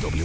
W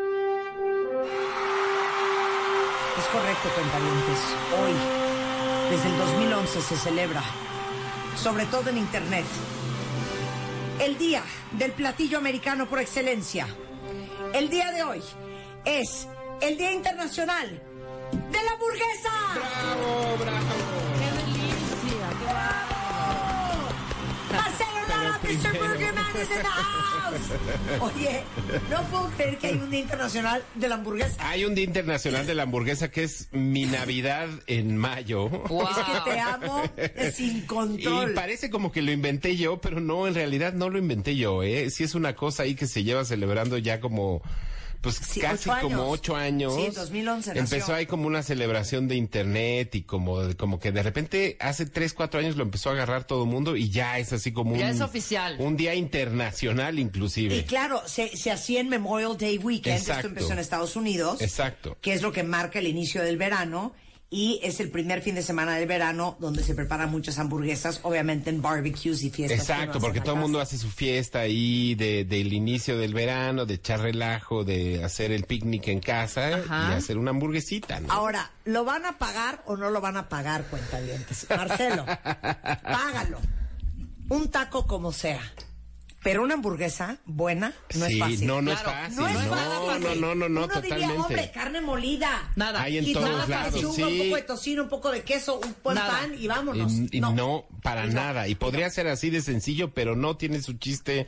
Es correcto, Pentalientes. Hoy, desde el 2011, se celebra, sobre todo en Internet, el Día del Platillo Americano por Excelencia. El día de hoy es el Día Internacional de la Hamburguesa. ¡Marcelo Lara, Mr. Burgerman is in the house! Oye, no puedo creer que hay un Día Internacional de la Hamburguesa. Hay un Día Internacional de la Hamburguesa que es mi Navidad en mayo. Es que te amo eh, sin Y control. parece como que lo inventé yo, pero no, en realidad no lo inventé yo, ¿eh? Sí es una cosa ahí que se lleva celebrando ya como, pues Sí, casi ocho años. como ocho años. Sí, 2011 nació. Empezó ahí como una celebración de internet y como, como que de repente hace tres, cuatro años lo empezó a agarrar todo el mundo y ya es así como Ya un... es oficial. Un día internacional inclusive. Y claro, se, se hacía en Memorial Day Weekend, esto Exacto. empezó en Estados Unidos, Exacto. que es lo que marca el inicio del verano y es el primer fin de semana del verano donde se preparan muchas hamburguesas, obviamente en barbecues y fiestas. que uno hace Exacto, en porque la todo el mundo casa. hace su fiesta ahí de, del inicio del verano, de echar relajo, de hacer el picnic en casa Ajá. y hacer una hamburguesita, ¿no? Ahora, ¿lo van a pagar o no lo van a pagar, cuentavientes? Marcelo, págalo. Un taco como sea. Pero una hamburguesa buena no sí, es fácil. no, no Claro, es fácil. No es nada no, fácil. no, no, no, Uno totalmente. diría, hombre, carne molida. Nada. Hay en y todos nada, lados, lechuga, sí. un poco de tocino, un poco de queso, un buen Nada. pan y vámonos. Y, y no. para nada. Y podría ser así de sencillo, pero no tiene su chiste.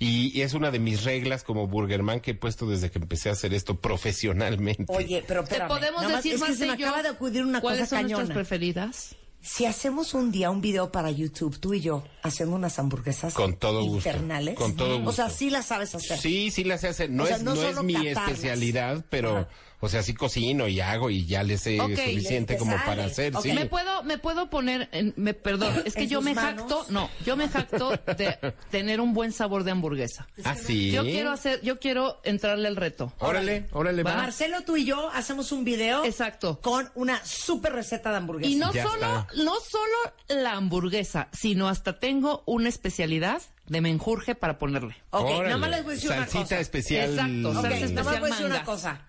Y, y es una de mis reglas como Burgerman que he puesto desde que empecé a hacer esto profesionalmente. Oye, pero Te espérame, podemos nada más, decir es que Marta se me y yo, acaba de acudir una cuáles cosa son nuestras cañona. preferidas. Si hacemos un día un video para YouTube, tú y yo, haciendo unas hamburguesas Con todo gusto, infernales. con todo O sea, gusto. sí las sabes hacer. Sí, sí las sé hacer. No O sea, es, no no es solo mi catarlas. especialidad, pero, Ajá. o sea, sí cocino y hago y ya le sé Ok, suficiente te como sale. para hacer, Ok. sí. Me puedo, me puedo poner, en- me, perdón, es que ¿En yo sus me manos? jacto, no, yo me jacto de tener un buen sabor de hamburguesa. Ah, sí. Yo quiero hacer, yo quiero entrarle al reto. Órale, órale, va. Marcelo, tú y yo hacemos un video Exacto. con una super receta de hamburguesa. Y no Ya solo, está. no solo la hamburguesa, sino hasta tengo una especialidad de menjurje para ponerle. Ok, Órale. nada más les voy a decir una Salsita cosa. especial. Exacto, Ok, salsa Mm. nada más especial. voy a decir una mangas. cosa.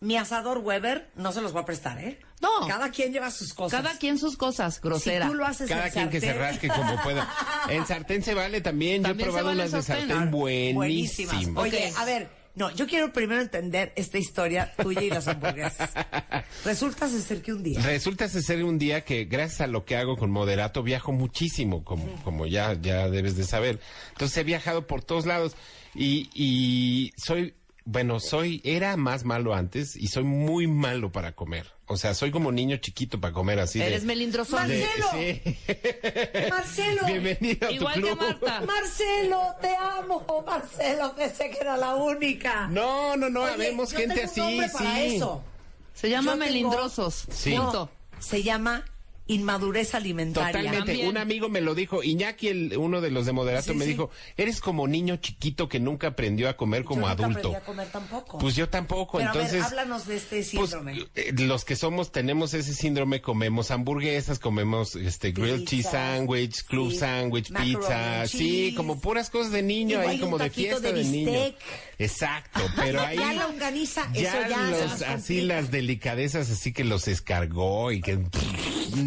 Mi asador Weber no se los voy a prestar, ¿eh? No. Cada quien lleva sus cosas. Cada quien sus cosas, Si grosera. tú lo haces Cada en quien que se sartén- rasque como pueda. En sartén se vale también. Yo he También se probado vale unas de sartén. sartén Ah, Buenísimas. buenísimas. Oye, Ok. a ver, no, yo quiero primero entender esta historia tuya y las hamburguesas. Resulta ser que un día. Resulta ser un día que gracias a lo que hago con Moderato viajo muchísimo, como, como ya, ya debes de saber. Entonces he viajado por todos lados y, y soy, bueno, soy, era más malo antes y soy muy malo para comer. O sea, soy como niño chiquito para comer así. de- Eres melindroso. Marcelo. de, sí. Marcelo, Bienvenido a tu Igual que club. Marta. Marcelo, te amo. Marcelo, pensé que era la única. No, no, no, Oye, habemos yo gente tengo un así, nombre sí. para eso. Se Yo llama tengo- melindrosos. Sí. Punto. Se llama inmadurez alimentaria. Totalmente. También. Un amigo me lo dijo. Iñaki, el, uno de los de Moderato, Sí, me sí. dijo, eres como niño chiquito que nunca aprendió a comer Yo como nunca adulto. aprendí a comer tampoco. Pues yo tampoco. Pero Entonces, a ver, háblanos de este pues, síndrome. eh, los que somos tenemos ese síndrome, comemos hamburguesas, comemos este grilled cheese Pizzas, sandwich, club sí. sandwich, Macaroni pizza, and sí, cheese. como puras cosas de niño Igual ahí un como de taquito fiesta de de, niño. bistec. Exacto, pero ahí Ya la longaniza, eso ya se nos así complica. las delicadezas así que los escargó y que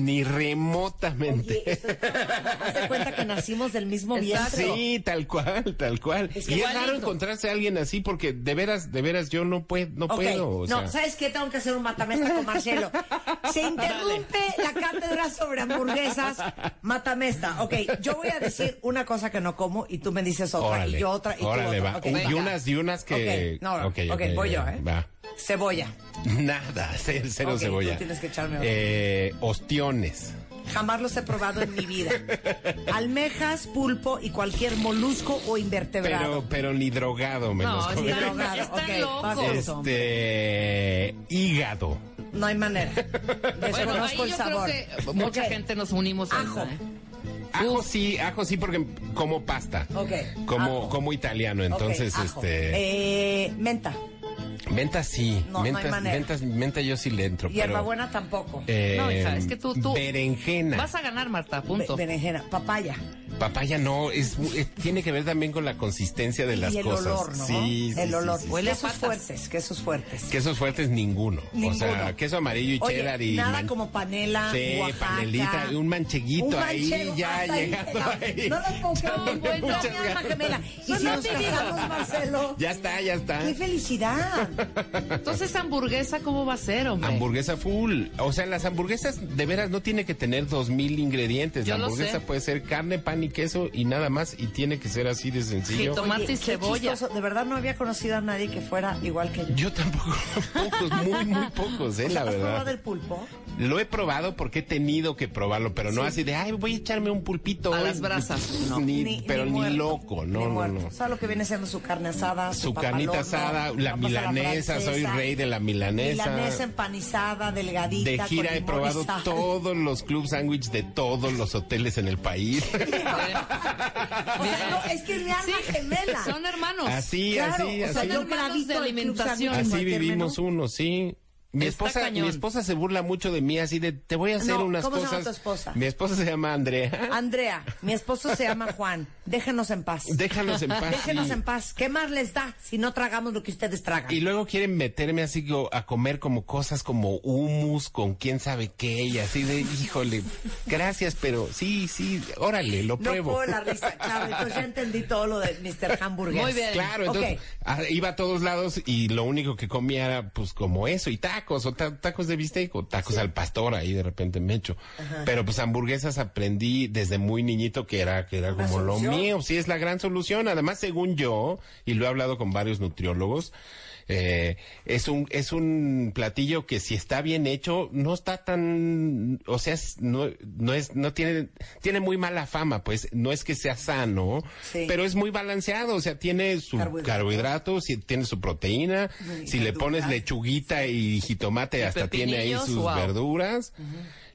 Ni remotamente. Oye, estoy trabajando. Haz de cuenta que nacimos del mismo Exacto. vientre. Sí, tal cual, tal cual. Es que y es igualito. raro encontrarse a alguien así porque de veras, de veras yo no puedo, no Ok, puedo. o no, sea. ¿sabes qué? Tengo que hacer un matamesta con Marcelo. Se interrumpe la cátedra sobre hamburguesas, matamesta. Ok, yo voy a decir una cosa que no como y tú me dices otra Órale, y yo otra y tú órale, otra. va. Ok, Uy, va. y unas, y unas que... Ok, no, ok, voy yo, ¿eh? Va. Cebolla, Nada, cero, cero Ok, tú cebolla. tienes que echarme otra. eh, Ostiones. jamás los he probado en mi vida. Almejas, pulpo y cualquier molusco o invertebrado. Pero, pero ni drogado me los No, comería. Pero están, claro, están ok, locos, pasa. hombre. Este... Hígado. No hay manera. Bueno, ahí Desconozco yo el sabor. creo que mucha Ok. gente nos unimos a Ajo. esa, ¿eh? Ajo sí, ajo sí porque como pasta. Ok, Como, ajo. como italiano, Ok, entonces ajo. este... Eh, menta. Menta sí, No, no hay mentas, manera. mentas- menta yo sí le entro, pero... Hierbabuena tampoco. eh, No, hija, es que tú- tú- Berenjena. Vas a ganar, Marta, Be- punto. Berenjena, papaya. Papaya no, es, mu- es- tiene que ver también con la consistencia de las y el cosas. olor, ¿no? Sí, sí, el sí, olor. Pues- sí, sí. Huele a quesos patas. fuertes, quesos fuertes. Quesos fuertes ninguno. O sea, Ninguno. queso amarillo y Oye, cheddar y nada man- como panela, Sí, Oaxaca, panelita, un mancheguito un ahí, manchego, ya hasta ahí, llegando no, ahí. No lo puedo creer, Dándole encuentro a mi muchas alma ganas. gemela. Y si Suena nos mi vida. casamos, Marcelo, Ya está, ya está. qué felicidad. Entonces, hamburguesa, ¿cómo va a ser, hombre? Hamburguesa full. O sea, las hamburguesas de veras no tiene que tener dos mil ingredientes. Yo la lo hamburguesa sé. puede ser carne, pan y queso y nada más. Y tiene que ser así de sencillo. Jito- Tomate y Oye, qué cebolla. chistoso, De verdad no había conocido a nadie que fuera igual que yo. Yo tampoco, pocos, muy, muy pocos, eh, la ¿Has verdad. probado el pulpo? Lo he probado porque he tenido que probarlo, pero no así de, ay, voy a echarme un pulpito. A hoy". las brasas, no. Ni- pero ni, muerto, loco, no, ni no, muerto. no. ¿Sabes lo que viene siendo su carne asada? Su papa al carnita horno, asada, la papas a milanesa, soy francesa, rey de la milanesa. Milanesa empanizada, delgadita. De con gira he limón y probado sal. todos los club sándwich de todos los hoteles en el país. O sea, no, es que es mi alma Sí, gemela. Son hermanos. así, Claro, así, o sea, así. yo Hermanos gravito de el club alimentación. sándwich en Así cualquier vivimos menú. uno, sí. Mi Está esposa, cañón. mi esposa se burla mucho de mí, así de, te voy a hacer No, unas ¿cómo se llama cosas. tu esposa? Ah, Mi esposa se llama Andrea. Andrea, mi esposo se llama Juan. Déjenos en paz. Déjanos en paz. Déjenos y- en paz. ¿Qué más les da si no tragamos lo que ustedes tragan? Y luego quieren meterme así co- a comer como cosas como humus con quién sabe qué y así de, híjole, gracias, pero sí, sí, órale, lo no pruebo. puedo la risa. Claro, entonces ya entendí todo lo de Mr. Hamburger. Muy bien. Claro, entonces Ok. ah, iba a todos lados y lo único que comía era pues como eso y tacos o ta- tacos de bistec o tacos al pastor ahí de repente me echo. Pero pues hamburguesas aprendí desde muy niñito que era que era Una como lo solución. mío, sí es la gran solución. Además, según yo y lo he hablado con varios nutriólogos, eh, es un es un platillo que si está bien hecho no está tan, o sea, es- no no es no tiene tiene muy mala fama, pues no es que sea sano, Sí. pero es muy balanceado, o sea, tiene su Carbohidrato. carbohidrato, si tiene su proteína, Y si le pones verduras. lechuguita y jitomate, Y hasta tiene ahí pepinillos, sus wow. verduras.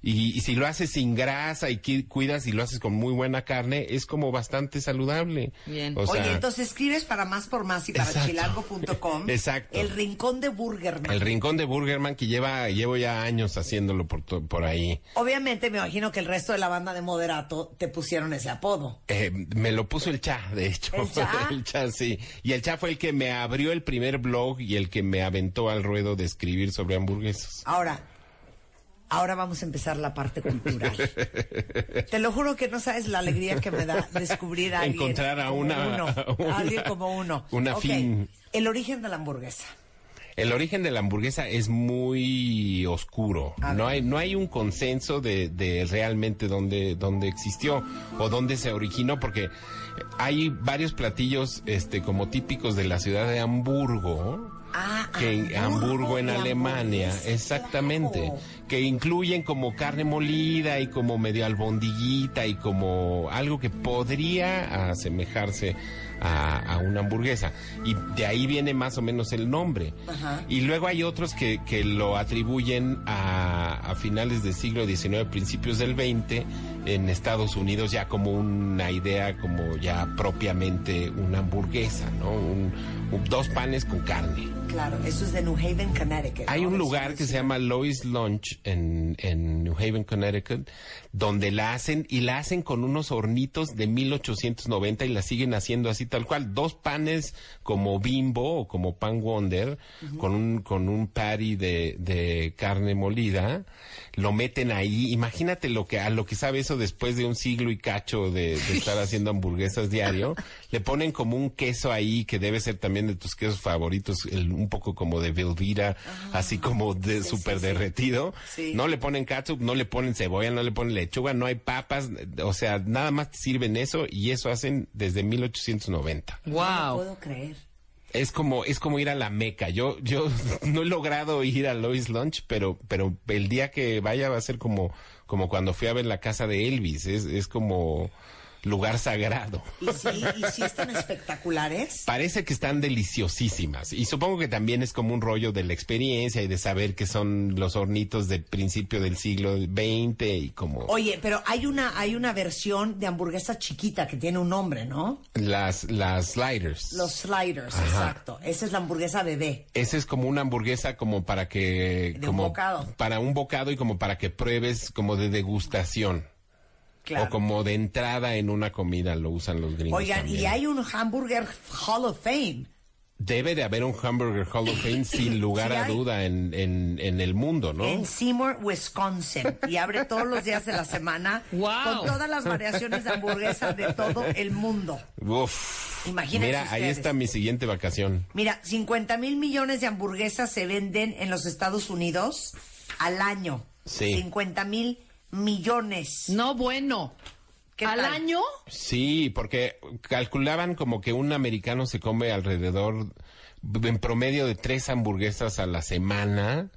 y, y si lo haces sin grasa y qui- cuidas y lo haces con muy buena carne, es como bastante saludable. Bien. O sea, Oye, entonces escribes para más por más y para Exacto. chilango.com. Exacto. El rincón de Burgerman. el rincón de Burgerman que lleva, llevo ya años haciéndolo por, to- por ahí. Obviamente me imagino que el resto de la banda de Moderato te pusieron ese apodo. Eh, me lo puso el Cha, de hecho. ¿El Cha? El Cha, sí. Y el Cha fue el que me abrió el primer blog y el que me aventó al ruedo de escribir sobre hamburguesas. Ahora, ahora vamos a empezar la parte cultural. te lo juro que no sabes la alegría que me da descubrir a alguien. Encontrar a como una- uno, a a una- alguien como uno. una Ok, fin. El origen de la hamburguesa. El origen de la hamburguesa es muy oscuro. A No ver. hay, no hay un consenso de, de realmente dónde, dónde existió o dónde se originó, porque hay varios platillos este, como típicos de la ciudad de Hamburgo. Ah, Que Hamburgo en de Alemania, hamburguesa, exactamente, claro. que incluyen como carne molida y como medio albondiguita y como algo que podría asemejarse a, a una hamburguesa. Y de ahí viene más o menos el nombre. Ajá. Y luego hay otros que, que lo atribuyen a, a finales del siglo XIX, principios del XX, en Estados Unidos ya como una idea, como ya propiamente una hamburguesa, ¿no? Un- un- dos panes con carne. claro. Eso es de New Haven, Connecticut. Hay ¿no? un Eso lugar es- que se llama Lois Lunch en, en New Haven, Connecticut, donde la hacen y la hacen con unos hornitos de 1890 y la siguen haciendo así tal cual. Dos panes como bimbo o como pan wonder, con, un, con un patty de, de carne molida, lo meten ahí. Imagínate lo que, a lo que sabe eso después de un siglo y cacho de, de estar haciendo hamburguesas diario. Le ponen como un queso ahí que debe ser también de tus quesos favoritos, el- un poco como de Velveeta, así como de súper derretido. Sí. No le ponen catsup, no le ponen cebolla, no le ponen lechuga, no hay papas. O sea, nada más te sirven eso y eso hacen desde 1890. No lo Wow. puedo creer. Es como, es como ir a la Meca. Yo, yo no he logrado ir a Lois Lunch, pero, pero el día que vaya va a ser como, como cuando fui a ver la casa de Elvis. Es, es como lugar sagrado. Y sí, y sí están espectaculares. Parece que están deliciosísimas. Y supongo que también es como un rollo de la experiencia y de saber que son los hornitos del principio del siglo XX y como Oye, pero hay una, hay una versión de hamburguesa chiquita que tiene un nombre, ¿no? las, las sliders. Los sliders, exacto. Esa es la hamburguesa bebé. Ese es como una hamburguesa como para que... De un como bocado. Para un bocado y como para que pruebes como de degustación. Claro. O como de entrada en una comida lo usan los gringos. Oigan, y también. hay un Hamburger Hall of Fame. Debe de haber un Hamburger Hall of Fame sin lugar Sí a hay. duda en, en, en el mundo, ¿no? En Seymour, Wisconsin. Y abre todos los días de la semana. Wow. Con todas las variaciones de hamburguesa de todo el mundo. Uf. Imagínense Mira, ahí ustedes. está mi siguiente vacación. Mira, 50 mil millones de hamburguesas se venden en los Estados Unidos al año. Sí. 50 mil millones. No, bueno. ¿Qué ¿Al tal? año? Sí, porque calculaban como que un americano se come alrededor, en promedio, de tres hamburguesas a la semana.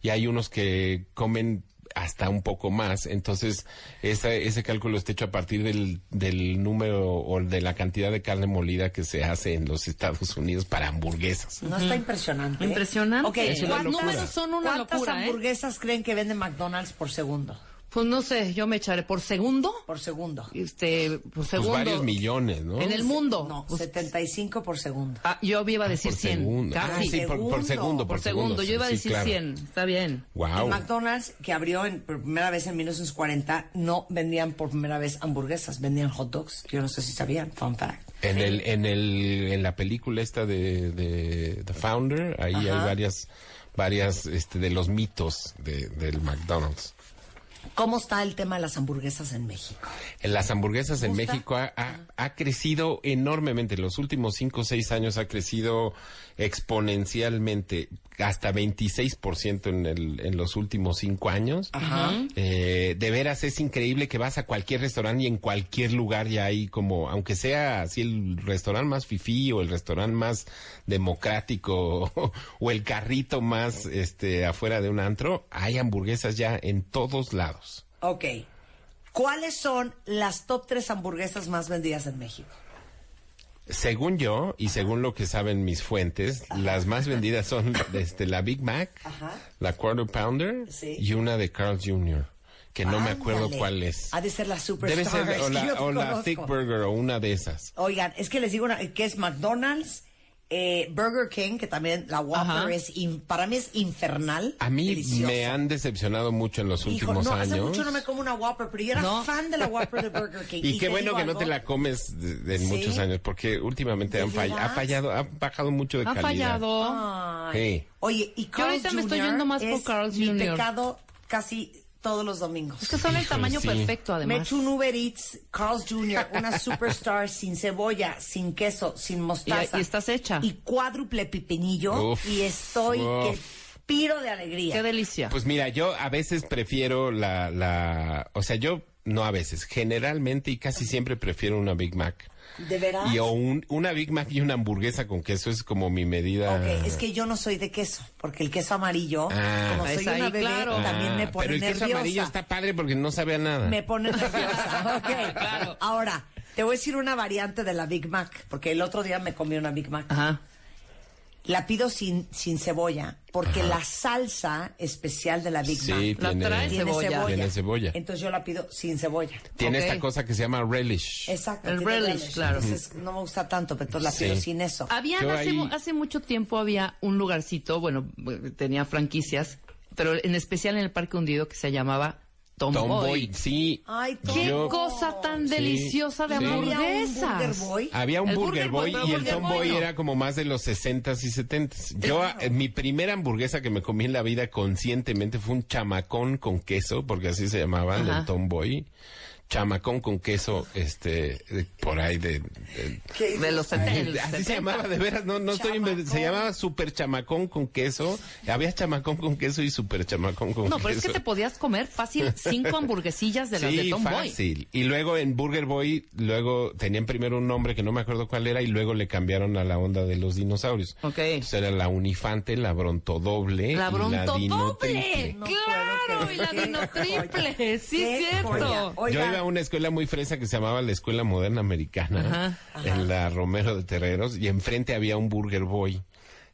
Y hay unos que comen hasta un poco más. Entonces, esa- ese cálculo está hecho a partir del, del número o de la cantidad de carne molida que se hace en los Estados Unidos para hamburguesas. Pues No está impresionante. ¿eh? Impresionante. Ok, Es una ¿cuántas- locura. Los números son una ¿Cuántas locura, ¿eh? hamburguesas creen que vende McDonald's por segundo? Pues no sé, yo me echaré por segundo. Por segundo. Este, por Pues segundo. varios millones, ¿no? En el mundo. No, Pues, 75 por segundo. ah, yo iba a decir por 100. segundo. Ah, Casi. sí, por, por Segundo. segundo, por, por segundo. Yo iba a sí, decir claro. 100. Está bien. El Wow. McDonald's, que abrió en, por primera vez en 1940, no vendían por primera vez hamburguesas, vendían hot dogs. Yo no sé si sabían, fun fact. En el, en el, en la película esta de, de The Founder, ahí hay varias, varias, este, de los mitos de, del McDonald's. ¿Cómo está el tema de las hamburguesas en México? En Las hamburguesas en México ha, ha- ha crecido enormemente. En los últimos cinco o seis años ha crecido exponencialmente, hasta 26% en, el, en los últimos cinco años. Eh, de veras es increíble que vas a cualquier restaurante y en cualquier lugar ya hay como, aunque sea así el restaurante más fifí o el restaurante más democrático o el carrito más este afuera de un antro, hay hamburguesas ya en todos lados. Ok. ¿Cuáles son las top tres hamburguesas más vendidas en México? Según yo y según lo que saben mis fuentes, las más vendidas son este, la Big Mac, la Quarter Pounder Sí. y una de Carl Jr., que no me acuerdo Ándale. cuál es. Ha de ser la Debe Superstar. ser o es que yo la, te o la conozco. Thick Burger o una de esas. Oigan, es que les digo una- que es McDonald's, eh, Burger King, que también la Whopper Ajá. es, in- para mí es infernal. A mí Deliciosa. me han decepcionado mucho en los Hijo, últimos no, años. hace mucho no me como una Whopper, pero yo era No. fan de la Whopper de Burger King. Y, qué te bueno digo que no algo, te la comes de- de- en muchos años, porque últimamente ¿De han fall- ha veras? fallado, ha bajado mucho de Ha calidad. fallado. Ah. Sí. Oye, y Carl ahorita me estoy Jr. yendo más por es Carl Mi Jr.. pecado casi todos los domingos. Es que son el Híjole, tamaño sí. perfecto, Me además. echo un Uber Eats, Carl Jr., una superstar sin cebolla, sin queso, sin mostaza. Y- y estás hecha. Y cuádruple pipinillo. Uf, y estoy que uf. piro de alegría. Qué delicia. Pues mira, yo a veces prefiero la, la, o sea, yo no a veces, generalmente y casi siempre prefiero una Big Mac. ¿De veras? Y o un- una Big Mac y una hamburguesa con queso es como mi medida. Ok, es que yo no soy de queso, porque el queso amarillo, Ah. como soy Es una Pues ahí, bebé, claro. también me Ah, pone Pero el queso nerviosa. amarillo está padre porque no sabe a nada. Me pone nerviosa. Ok. Claro. Ahora, te voy a decir una variante de la Big Mac, porque el otro día me comí una Big Mac. Ajá. La pido sin, sin cebolla, porque la salsa especial de la Big Sí, Mac La tiene- trae tiene cebolla. cebolla. Tiene cebolla. Entonces yo la pido sin cebolla. Tiene Ok. esta cosa que se llama relish. Exacto. El tiene relish, claro. Entonces no me gusta tanto, pero entonces la pido Sí. sin eso. Habían Yo hace, ahí- mu- hace mucho tiempo había un lugarcito, bueno, tenía franquicias, pero en especial en el Parque Hundido que se llamaba Tomboy. Tomboy, sí. Ay, ¡Qué Yo- cosa tan Sí, deliciosa de sí. ¿No había un Burger hamburguesas! Boy? Había un El Burger Burger Boy Boy, pero y el Burger Boy Tomboy no. era como más de los 60s y 70s. Yo, eh, mi primera hamburguesa que me comí en la vida conscientemente fue un chamacón con queso, porque así se llamaban, Ajá. el Tomboy. Chamacón con queso, este, eh, por ahí de... de- ¿Qué? De los 70. así se llamaba, de veras, no, no estoy... inven- Se Chamacón. llamaba super chamacón con queso. Había chamacón con queso y super chamacón con No, queso. pero es que te podías comer fácil cinco hamburguesillas de las de Tomboy. fácil. Y luego en Burger Boy, luego tenían primero un nombre que no me acuerdo cuál era y luego le cambiaron a la onda de los dinosaurios. Ok. Entonces era la Unifante, la Brontodoble. La y Dinotriple. brontodoble, No claro, puedo y la creer. dinotriple, sí Qué es joya. cierto. Yo Oiga, iba a una escuela muy fresa que se llamaba la Escuela Moderna Americana, en la Romero de Terreros, y enfrente había un Burger Boy.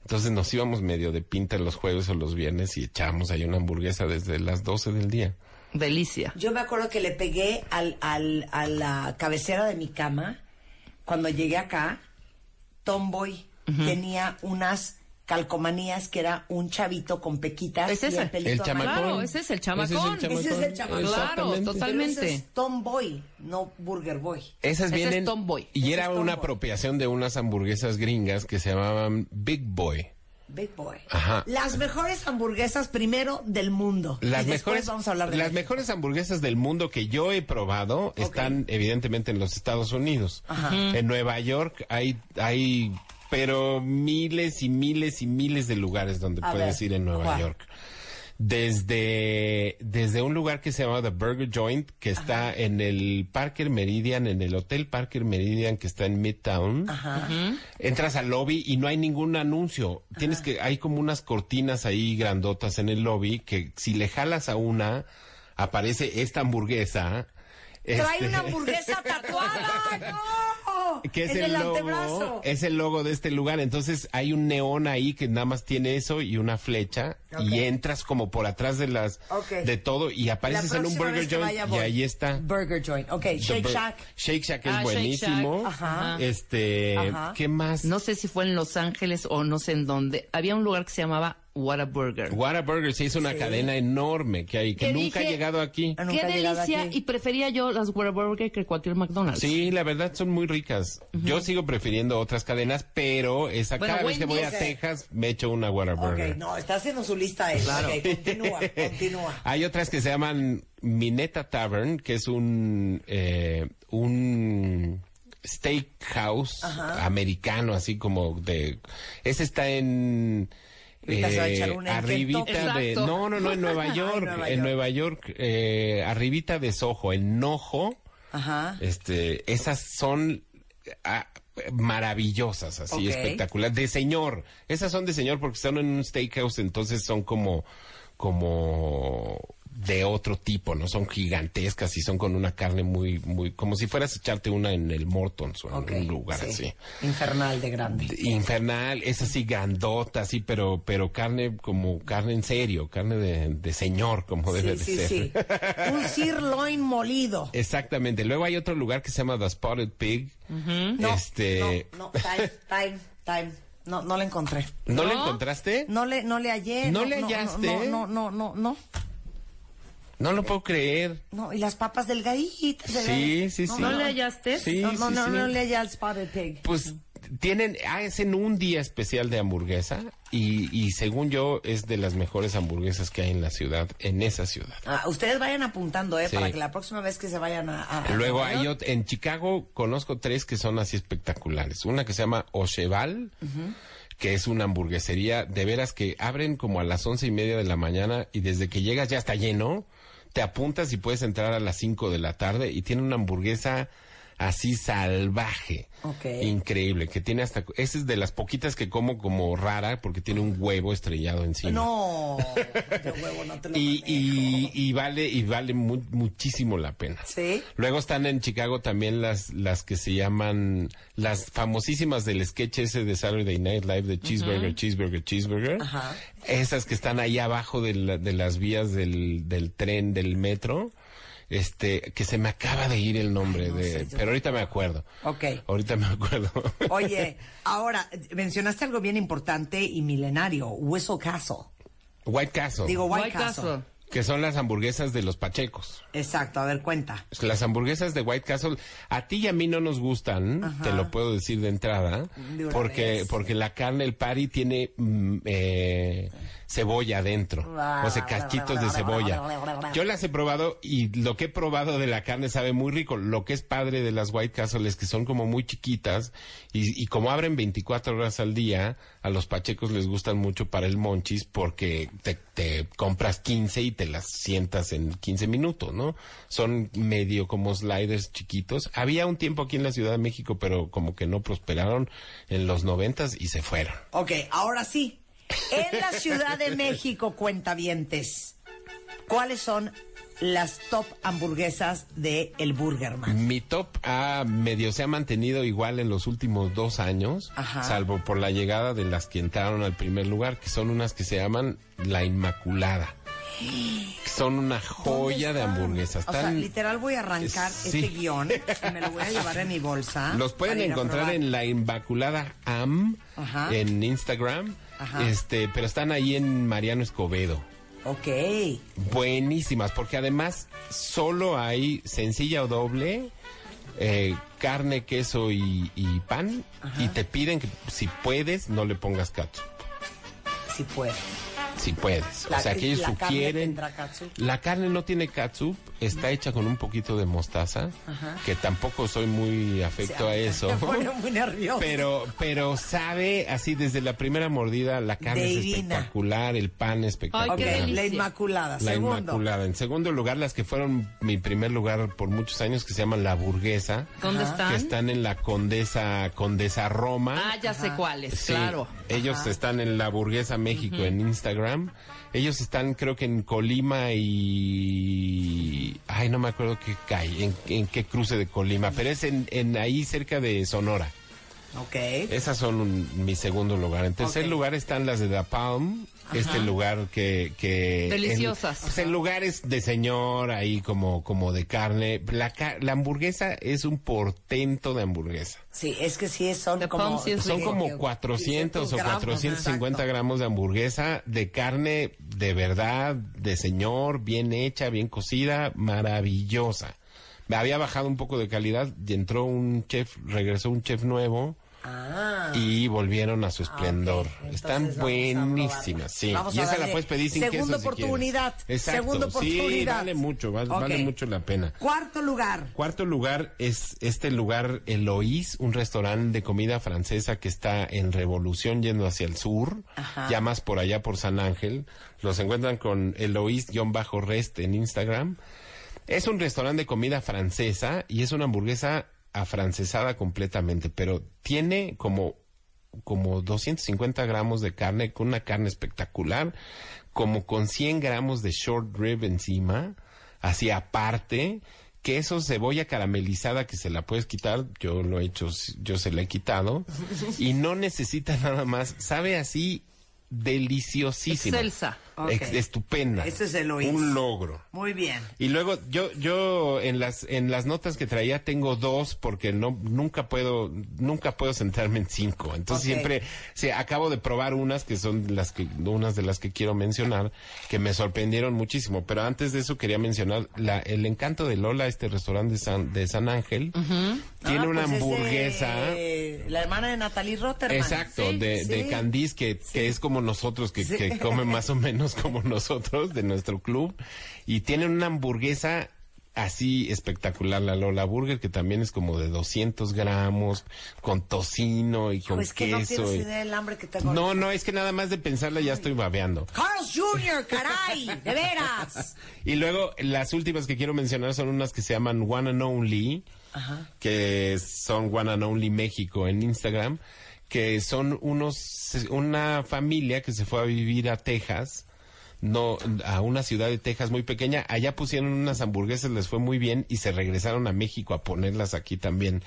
Entonces nos íbamos medio de pinta los jueves o los viernes y echábamos ahí una hamburguesa desde las 12 del día. Delicia. Yo me acuerdo que le pegué al, al- a la cabecera de mi cama cuando llegué acá. Tomboy tenía unas calcomanías que era un chavito con pequitas. Es y ese. el pelito El chamacón. amarillo. Claro, ese es el chamacón. Ese es el chamacón. Claro, Exactamente. Pero ese totalmente. es Tomboy, no Burger Boy. Esas Ese es vienen. Tomboy. Y Ese era es una Tomboy. apropiación de unas hamburguesas gringas que se llamaban Big Boy. Big Boy. Ajá. Las mejores hamburguesas primero del mundo. Las Y después mejores, vamos a hablar de las México. mejores hamburguesas del mundo que yo he probado están evidentemente en los Estados Unidos. En Nueva York hay, hay, pero miles y miles y miles de lugares donde A puedes ver, ir en Nueva ¿cuál? York. Desde, desde un lugar que se llama The Burger Joint, que está en el Parker Meridian, en el Hotel Parker Meridian, que está en Midtown. Entras al lobby y no hay ningún anuncio. Tienes que, hay como unas cortinas ahí grandotas en el lobby que si le jalas a una, aparece esta hamburguesa. Trae este, una hamburguesa tatuada. ¡No! que es en el, el, logo, antebrazo. es el logo de este lugar. Entonces hay un neón ahí que nada más tiene eso y una flecha y entras como por atrás de las Ok. de todo y apareces La en un próxima Burger vez que Joint vaya, y voy. ahí está. Burger Joint. Ok, The Shake Bur- Shack. Shake Shack es Ah, Shake buenísimo. Shack. Ajá. Este, Ajá. ¿qué más? No sé si fue en Los Ángeles o no sé en dónde. Había un lugar que se llamaba Whataburger. Whataburger sí es una cadena enorme que hay que Que nunca ha dije- llegado aquí. Ah, Qué nunca he llegado delicia. aquí. Y prefería yo las Whataburger que cualquier McDonald's. Sí, la verdad son muy ricas. Yo sigo prefiriendo otras cadenas, pero esa Bueno, cada vez que voy Wendy's, a eh. Texas me echo una Ok, Whataburger. no, está haciendo su lista él. Ok, continúa, continúa. Hay otras que se llaman Mineta Tavern, que es un eh, un steakhouse americano, así como de ese está en eh, Ahorita se va a echar una en arribita Kentucky. de Exacto. no no no en Nueva Ay, York Nueva en York. Nueva York eh, arribita de Soho en Nojo Ajá. este, esas son ah, maravillosas, así Ok. espectacular, de señor. Esas son de señor porque están en un steakhouse, entonces son como, como de otro tipo, no son gigantescas y son con una carne muy, muy, como si fueras a echarte una en el Morton's o en Ok, un lugar sí. así. Infernal de grande. Infernal, es así grandota, así, pero, pero carne como carne en serio, carne de, de señor, como debe Sí, de sí, ser. sí. Un sirloin molido. Exactamente. Luego hay otro lugar que se llama The Spotted Pig. No, Este, no, no, time, time, time. No, no le encontré. ¿no, lo ¿No? encontraste? No. No le, no le hallé. ¿No le hallaste? No, no, no, no, no. lo puedo creer. no. Y las papas delgaditas. Sí, sí, sí. ¿No le hallaste? Sí, No, no, sí, no, sí. no le hallé al Spotted Pig. Pues tienen, hacen un día especial de hamburguesa y, y según yo es de las mejores hamburguesas que hay en la ciudad, en esa ciudad. Ah, ustedes vayan apuntando, ¿eh? Sí. Para que la próxima vez que se vayan a. a- a Luego Nueva hay York, ot- en Chicago conozco tres que son así espectaculares. Una que se llama Ocheval, que es una hamburguesería de veras que abren como a las once y media de la mañana y desde que llegas ya está lleno. Te apuntas y puedes entrar a las cinco de la tarde y tiene una hamburguesa así salvaje. Ok. Increíble, que tiene hasta... Esa es de las poquitas que como como rara porque tiene un huevo estrellado encima. No, de huevo no te lo Y, manejo. y, y vale, y vale mu- muchísimo la pena. Sí. Luego están en Chicago también las, las que se llaman, las famosísimas del sketch ese de Saturday Night Live de Cheeseburger, Cheeseburger, Cheeseburger. Ajá. Esas que están ahí abajo de, la- de las vías del, del tren, del metro. Este, que se me acaba de ir el nombre de, sé, yo- pero ahorita me acuerdo. Ok. Ahorita me acuerdo. Oye, ahora, mencionaste algo bien importante y milenario, Whistle Castle. White Castle. Digo, White, White Castle. Castle. que son las hamburguesas de los pachecos. Exacto, a ver, cuenta. Las hamburguesas de White Castle a ti y a mí no nos gustan, te lo puedo decir de entrada, De una porque vez. porque la carne el patty tiene mm, eh, cebolla adentro, o sea, cachitos de cebolla. Yo las he probado y lo que he probado de la carne sabe muy rico. Lo que es padre de las White Castle es que son como muy chiquitas y, y como abren 24 horas al día, a los pachecos les gustan mucho para el monchis porque te, te compras 15 y te las sientas en 15 minutos, ¿no? Son medio como sliders chiquitos. Había un tiempo aquí en la Ciudad de México, pero como que no prosperaron en los noventas y se fueron. Ok, ahora sí. En la Ciudad de México, cuentavientes, ¿cuáles son las top hamburguesas de El Burgerman? Mi top ha medio se ha mantenido igual en los últimos dos años, Ajá. salvo por la llegada de las que entraron al primer lugar, que son unas que se llaman La Inmaculada. que Son una joya de hamburguesas. O sea, Están- literal voy a arrancar Sí. este guión y me lo voy a llevar en mi bolsa. los pueden para ir a encontrar probar. en La Inmaculada Am, Ajá. en Instagram, Ajá. este, pero están ahí en Mariano Escobedo. Ok. Buenísimas, porque además solo hay sencilla o doble, eh, carne, queso y, y pan, y te piden que si puedes no le pongas catsup, Si puedes. si puedes. La- o sea, que ellos la carne sugieren... tendrá catsup. la carne no tiene catsup, está hecha con un poquito de mostaza, que tampoco soy muy afecto a eso. Me pone muy nervioso. Pero, pero sabe, así desde la primera mordida, la carne es Divina. espectacular, el pan espectacular. Ok, Qué la delicia. Inmaculada. La Segundo. Inmaculada. En segundo lugar, las que fueron mi primer lugar por muchos años, que se llaman La Burguesa, ¿Dónde que están? están en la Condesa, Condesa Roma. Ah, ya sé cuáles, Sí, claro. Ellos están en La Burguesa México en Instagram. Ellos están creo que en Colima y... Ay, no me acuerdo qué calle, en, en qué cruce de Colima, pero es en, en ahí cerca de Sonora. Ok. Esas son un- mi segundo lugar. En tercer Ok. lugar están las de Da Palm, este lugar que... que Deliciosas. el- pues, el lugar es de señor, ahí como, como de carne. La, ca- la hamburguesa es un portento de hamburguesa. Sí, es que sí, son The como... Palms sí es Son Sí. como 400 o 450 Exacto. gramos de hamburguesa de carne de verdad, de señor, bien hecha, bien cocida, maravillosa. Me había bajado un poco de calidad y entró un chef, regresó un chef nuevo Ah. y volvieron a su Ah, ok. esplendor. Entonces Están vamos a probarla. buenísimas, sí. Vamos y a esa la darle puedes pedir sin queso segunda si quieres. oportunidad, Exacto. segunda Sí, oportunidad. vale mucho, va- Ok. vale mucho la pena. Cuarto lugar. Cuarto lugar es este lugar Eloís, un restaurante de comida francesa que está en revolución yendo hacia el sur, Ajá. ya más por allá por San Ángel. Los encuentran con Eloís-rest en Instagram. Es un restaurante de comida francesa y es una hamburguesa afrancesada completamente, pero tiene como como 250 gramos de carne, con una carne espectacular, como con 100 gramos de short rib encima, así aparte, queso, cebolla caramelizada que se la puedes quitar, yo lo he hecho, yo se la he quitado, y no necesita nada más, sabe así deliciosísima. Excelsa. Ex- Ok. estupenda. Ese es Eloís. Un logro. Muy bien. Y luego yo yo en las en las notas que traía tengo dos porque no nunca puedo nunca puedo centrarme en cinco. Entonces Ok. siempre sí, acabo de probar unas que son las que unas de las que quiero mencionar que me sorprendieron muchísimo, pero antes de eso quería mencionar la, el encanto de Lola, este restaurante de San de San Ángel. Tiene Ah, una pues es de, hamburguesa eh, la hermana de Natalie Rotterman. Exacto, Sí, de, de sí. Candice, que, que es como nosotros, que, Sí. que come más o menos como nosotros de nuestro club. Y tienen una hamburguesa así espectacular, la Lola Burger, que también es como de 200 gramos, con tocino y con Pues que no queso. tienes y- idea del hambre que tengo. No, no, es que nada más de pensarla ya estoy babeando. ¡Corre! Carlos Jr., caray, de veras. Y luego las últimas que quiero mencionar son unas que se llaman One and Only, que son One and Only México en Instagram, que son unos una familia que se fue a vivir a Texas. No, a una ciudad de Texas muy pequeña. Allá pusieron unas hamburguesas, les fue muy bien y se regresaron a México a ponerlas aquí también.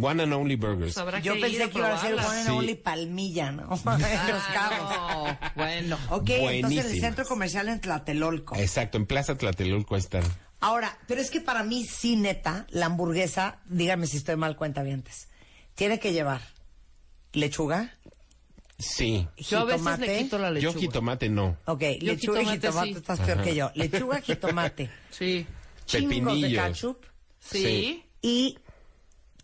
One and Only Burgers. Habrá Yo que ir pensé que iba a ser probarlas. Juan Sí. Oli Palmilla, ¿no? En los cabos. Ah, no. Bueno. Ok, entonces el Buenísimas. centro comercial en Tlatelolco. Exacto, en Plaza Tlatelolco están. Ahora, pero es que para mí, sí, neta, la hamburguesa, dígame si estoy mal cuenta antes, tiene que llevar lechuga, Sí. Yo a veces le jitomate. quito la lechuga. Yo jitomate no. Ok, Yo lechuga y jitomate, jitomate, sí. estás peor que yo. Lechuga, jitomate, Sí. chingos de Pepinillos. ketchup Sí. Sí. y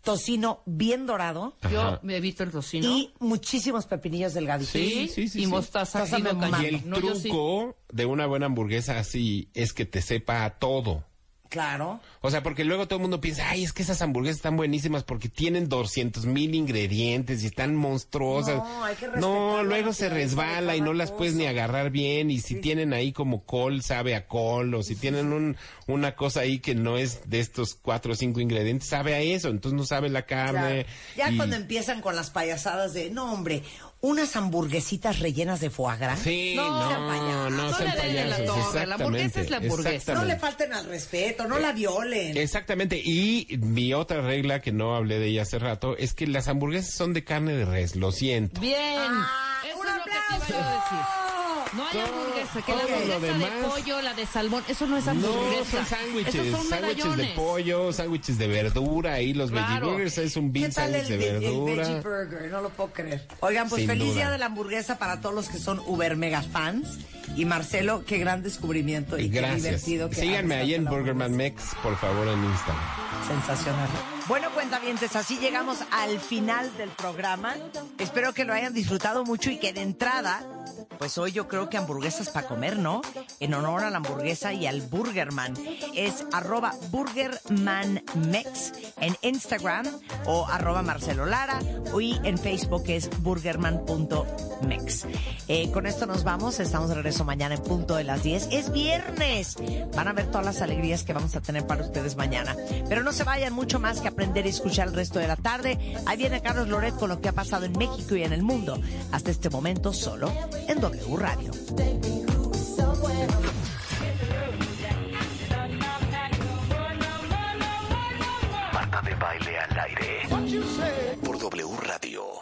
tocino bien dorado Yo Ajá. me evito el tocino. y muchísimos pepinillos delgaditos. Sí, sí, sí, y sí. mostaza. Mostaza digo, me cañón. Y mando. el No, yo sí. truco de una buena hamburguesa así es que te sepa a todo. Claro. O sea, porque luego todo el mundo piensa, ay, es que esas hamburguesas están buenísimas porque tienen 200 mil ingredientes y están monstruosas. No, hay que respetar No, la luego naturaleza se de resbala y cada no las puedes ni cosa. agarrar bien. Y si tienen ahí como col, sabe a col. O si tienen un, una cosa ahí que no es de estos cuatro o cinco ingredientes, sabe a eso. Entonces no sabe la carne. Claro. Ya y- cuando em- empiezan con las payasadas de, no, hombre, unas hamburguesitas rellenas de foie gras. Sí, No, no, sean no, payasos. No sean le den en la payasos, torre, la hamburguesa es la exactamente, hamburguesa. No le exactamente. falten al respeto, no la violen. Exactamente, y mi otra regla que no hablé de ella hace rato es que las hamburguesas son de carne de res, lo siento. Bien. Ah, Eso ¡Un es lo que te iba yo a decir. aplauso! No hay Todo- hamburguesa, que la todo lo hamburguesa de demás. pollo, la de salmón, eso no es hamburguesa. No, son Esos sándwiches, son sándwiches de medallones. pollo, sándwiches de verdura, y los Claro. veggie burgers es un ¿Qué bean tal sándwich el, de ve- el veggie verdura. burger? No lo puedo creer. Oigan, pues Sin feliz duda. día de la hamburguesa para todos los que son uber mega fans. Y Marcelo, qué gran descubrimiento y qué Gracias. divertido que Síganme hagas ahí en la Burgerman hamburguesa. Mex, por favor, en Instagram. Sensacional. Bueno, cuentavientes, así llegamos al final del programa. Espero que lo hayan disfrutado mucho y que de entrada, pues hoy yo creo que hamburguesas para comer, ¿no? En honor a la hamburguesa y al Burgerman. Es arroba BurgermanMex en Instagram o arroba Marcelo Lara y en Facebook es burgerman.mex. Eh, con esto nos vamos, estamos de regreso mañana en punto de las 10. Es viernes, van a ver todas las alegrías que vamos a tener para ustedes mañana. Pero no se vayan mucho más que aprender y escuchar el resto de la tarde. Ahí viene Carlos Loret con lo que ha pasado en México y en el mundo. Hasta este momento solo en W Radio. Marta de Baile al aire. Por W Radio.